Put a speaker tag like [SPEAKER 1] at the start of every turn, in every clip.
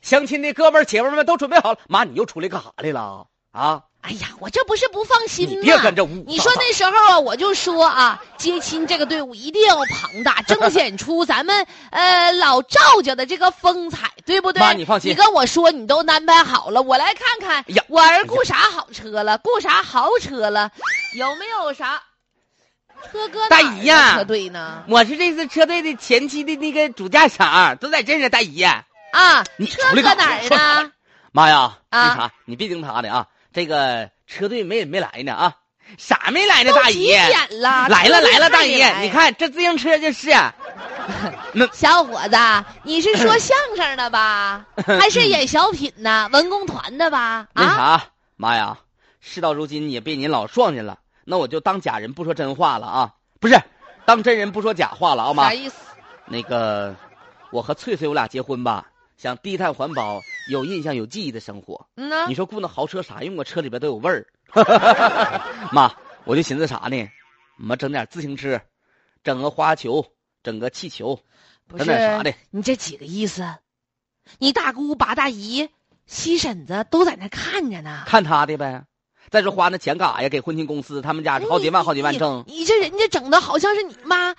[SPEAKER 1] 相亲的哥们儿姐们们都准备好了。妈，你又出来干啥来了啊？
[SPEAKER 2] 哎呀，我这不是不放心吗？
[SPEAKER 1] 你别跟着呜
[SPEAKER 2] 你说那时候啊，我就说啊，接亲这个队伍一定要庞大，彰显出咱们呃老赵家的这个风采，对不对？
[SPEAKER 1] 妈你放心
[SPEAKER 2] 你跟我说你都安排好了，我来看看
[SPEAKER 1] 哎呀，
[SPEAKER 2] 我儿雇啥好车了，雇啥豪车了，有没有啥车哥
[SPEAKER 1] 大
[SPEAKER 2] 哪儿
[SPEAKER 1] 姨呀
[SPEAKER 2] 的车队呢？
[SPEAKER 1] 我是这次车队的前期的那个主驾场，都在这呢，大姨。
[SPEAKER 2] 啊，
[SPEAKER 1] 你
[SPEAKER 2] 车
[SPEAKER 1] 出
[SPEAKER 2] 搁
[SPEAKER 1] 来干
[SPEAKER 2] 哪
[SPEAKER 1] 啥
[SPEAKER 2] 儿
[SPEAKER 1] 你说啥
[SPEAKER 2] 呢？
[SPEAKER 1] 妈呀，
[SPEAKER 2] 啊
[SPEAKER 1] 那啥，你别听他的啊，这个车队没没来呢啊，啥没 来呢，
[SPEAKER 2] 都
[SPEAKER 1] 大
[SPEAKER 2] 几
[SPEAKER 1] 姨？
[SPEAKER 2] 点了？
[SPEAKER 1] 来了
[SPEAKER 2] 车队
[SPEAKER 1] 来了，
[SPEAKER 2] 还
[SPEAKER 1] 大
[SPEAKER 2] 没
[SPEAKER 1] 姨
[SPEAKER 2] 来，啊
[SPEAKER 1] 你看这自行车就是。
[SPEAKER 2] 小伙子，你是说相声 的吧，还是演小品呢？文工团的吧？
[SPEAKER 1] 那
[SPEAKER 2] 啊，
[SPEAKER 1] 啥，妈呀，事到如今也被您老撞见了，那我就当假人不说真话了啊，不是，当真人不说假话了啊妈
[SPEAKER 2] 啥。意思？
[SPEAKER 1] 那个，我和翠翠我俩结婚吧，想低碳环保、有印象、有记忆的生活。
[SPEAKER 2] 嗯呐
[SPEAKER 1] 你，说雇那豪车啥用啊？车里边都有味儿。 妈，我就寻思啥呢？妈整点自行车，整个花球，整个气球，
[SPEAKER 2] 不
[SPEAKER 1] 整点啥
[SPEAKER 2] 是
[SPEAKER 1] 的。
[SPEAKER 2] 你这几个意思？你大姑八大姨、西婶子都在那看着呢。
[SPEAKER 1] 看他的呗。再说花那钱干啥呀？给婚庆公司，他们家啊是好几万、好几万挣。
[SPEAKER 2] 哎你你这人家整的好像是你妈，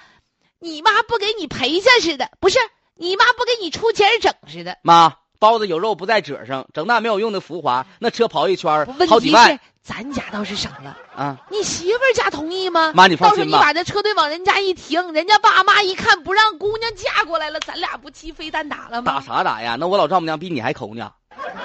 [SPEAKER 2] 你妈不给你陪嫁似的，不是你妈不给你出钱整似的。
[SPEAKER 1] 妈，包子有肉不在褶上，整那没有用的浮华，那车刨一圈儿
[SPEAKER 2] 问
[SPEAKER 1] 好
[SPEAKER 2] 题
[SPEAKER 1] 几万
[SPEAKER 2] 是咱家倒是省了。
[SPEAKER 1] 啊！
[SPEAKER 2] 你媳妇儿家同意吗？
[SPEAKER 1] 妈你放
[SPEAKER 2] 到时候
[SPEAKER 1] 心
[SPEAKER 2] 你
[SPEAKER 1] 吧
[SPEAKER 2] 把这车队往人家一停，人家爸妈一看不让姑娘嫁过来了，咱俩不鸡飞蛋打了
[SPEAKER 1] 打
[SPEAKER 2] 吗？
[SPEAKER 1] 啥打呀？那我老丈母娘比你还抠呢。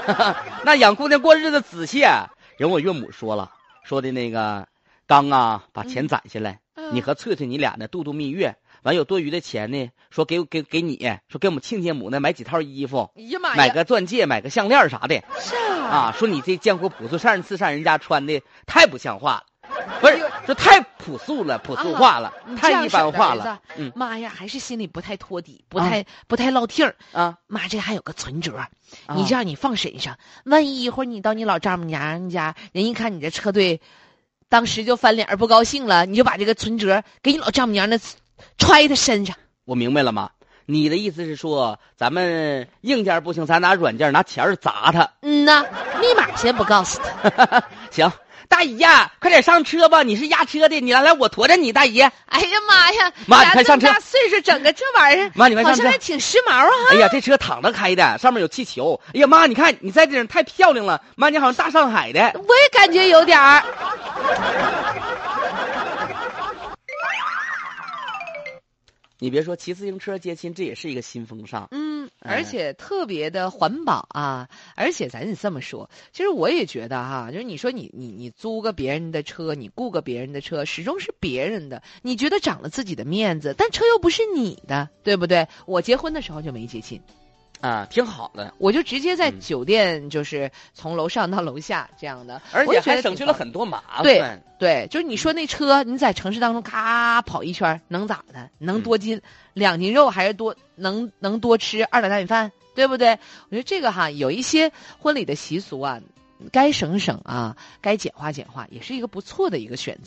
[SPEAKER 1] 那养姑娘过日子仔细，啊人我岳母说了，说的那个刚啊，把钱攒下来，
[SPEAKER 2] 嗯
[SPEAKER 1] 你和翠翠你俩呢度度蜜月，完有多余的钱呢，说给给给你，说给我们亲家母呢买几套衣服，
[SPEAKER 2] 哎呀妈呀，
[SPEAKER 1] 买个钻戒，买个项链啥的。
[SPEAKER 2] 是啊，
[SPEAKER 1] 啊，说你这江湖朴素，上一次上人家穿的太不像话了，不是说太朴素了，朴素化了，
[SPEAKER 2] 哎啊你这
[SPEAKER 1] 太
[SPEAKER 2] 样
[SPEAKER 1] 一
[SPEAKER 2] 式儿
[SPEAKER 1] 般
[SPEAKER 2] 的
[SPEAKER 1] 化
[SPEAKER 2] 儿
[SPEAKER 1] 了。
[SPEAKER 2] 子
[SPEAKER 1] 嗯
[SPEAKER 2] 妈呀，还是心里不太托底，不太、不太落听儿。
[SPEAKER 1] 啊，
[SPEAKER 2] 妈，这还有个存折，
[SPEAKER 1] 啊
[SPEAKER 2] 你让你放身上，万一一会儿你到你老丈母娘家，人一看你这车队，当时就翻脸儿不高兴了，你就把这个存折给你老丈母娘那揣她身上。
[SPEAKER 1] 我明白了妈，你的意思是说咱们硬件不行，咱拿软件拿钱儿砸他。
[SPEAKER 2] 嗯呐，密码先不告诉她。
[SPEAKER 1] 行，大姨呀、快点上车吧，你是压车的，你来来，我驮着你，大姨。
[SPEAKER 2] 哎呀妈呀！
[SPEAKER 1] 妈你
[SPEAKER 2] 咱
[SPEAKER 1] 快
[SPEAKER 2] 这
[SPEAKER 1] 上
[SPEAKER 2] 么
[SPEAKER 1] 车
[SPEAKER 2] 大岁数整个这玩意儿，
[SPEAKER 1] 妈你快
[SPEAKER 2] 好
[SPEAKER 1] 上
[SPEAKER 2] 像
[SPEAKER 1] 车
[SPEAKER 2] 还挺时髦啊！
[SPEAKER 1] 哎呀，这车躺着开的，上面有气球。哎呀妈，你看你在这上太漂亮了，妈，你好像大上海的。
[SPEAKER 2] 我也感觉有点儿。
[SPEAKER 1] 你别说，骑自行车接亲这也是一个新风尚。
[SPEAKER 3] 嗯，
[SPEAKER 1] 哎
[SPEAKER 3] 而且特别的环保啊！而且咱这么说，其实我也觉得哈、就是你说你你你租个别人的车，你雇个别人的车，始终是别人的，你觉得长了自己的面子，但车又不是你的，对不对？我结婚的时候就没接亲，
[SPEAKER 1] 啊，挺好的，
[SPEAKER 3] 我就直接在
[SPEAKER 1] 嗯
[SPEAKER 3] 酒店，就是从楼上到楼下这样的，
[SPEAKER 1] 而
[SPEAKER 3] 我
[SPEAKER 1] 且
[SPEAKER 3] 就觉
[SPEAKER 1] 还
[SPEAKER 3] 得
[SPEAKER 1] 省
[SPEAKER 3] 挺
[SPEAKER 1] 去了
[SPEAKER 3] 方便。
[SPEAKER 1] 很多麻烦。
[SPEAKER 3] 对对，就是你说那车，你在城市当中咔跑一圈儿，能咋的？能多斤、两斤肉，还是多能能多吃二两大米饭，对不对？我觉得这个哈，有一些婚礼的习俗啊，该省省啊，该简化简化，也是一个不错的一个选择。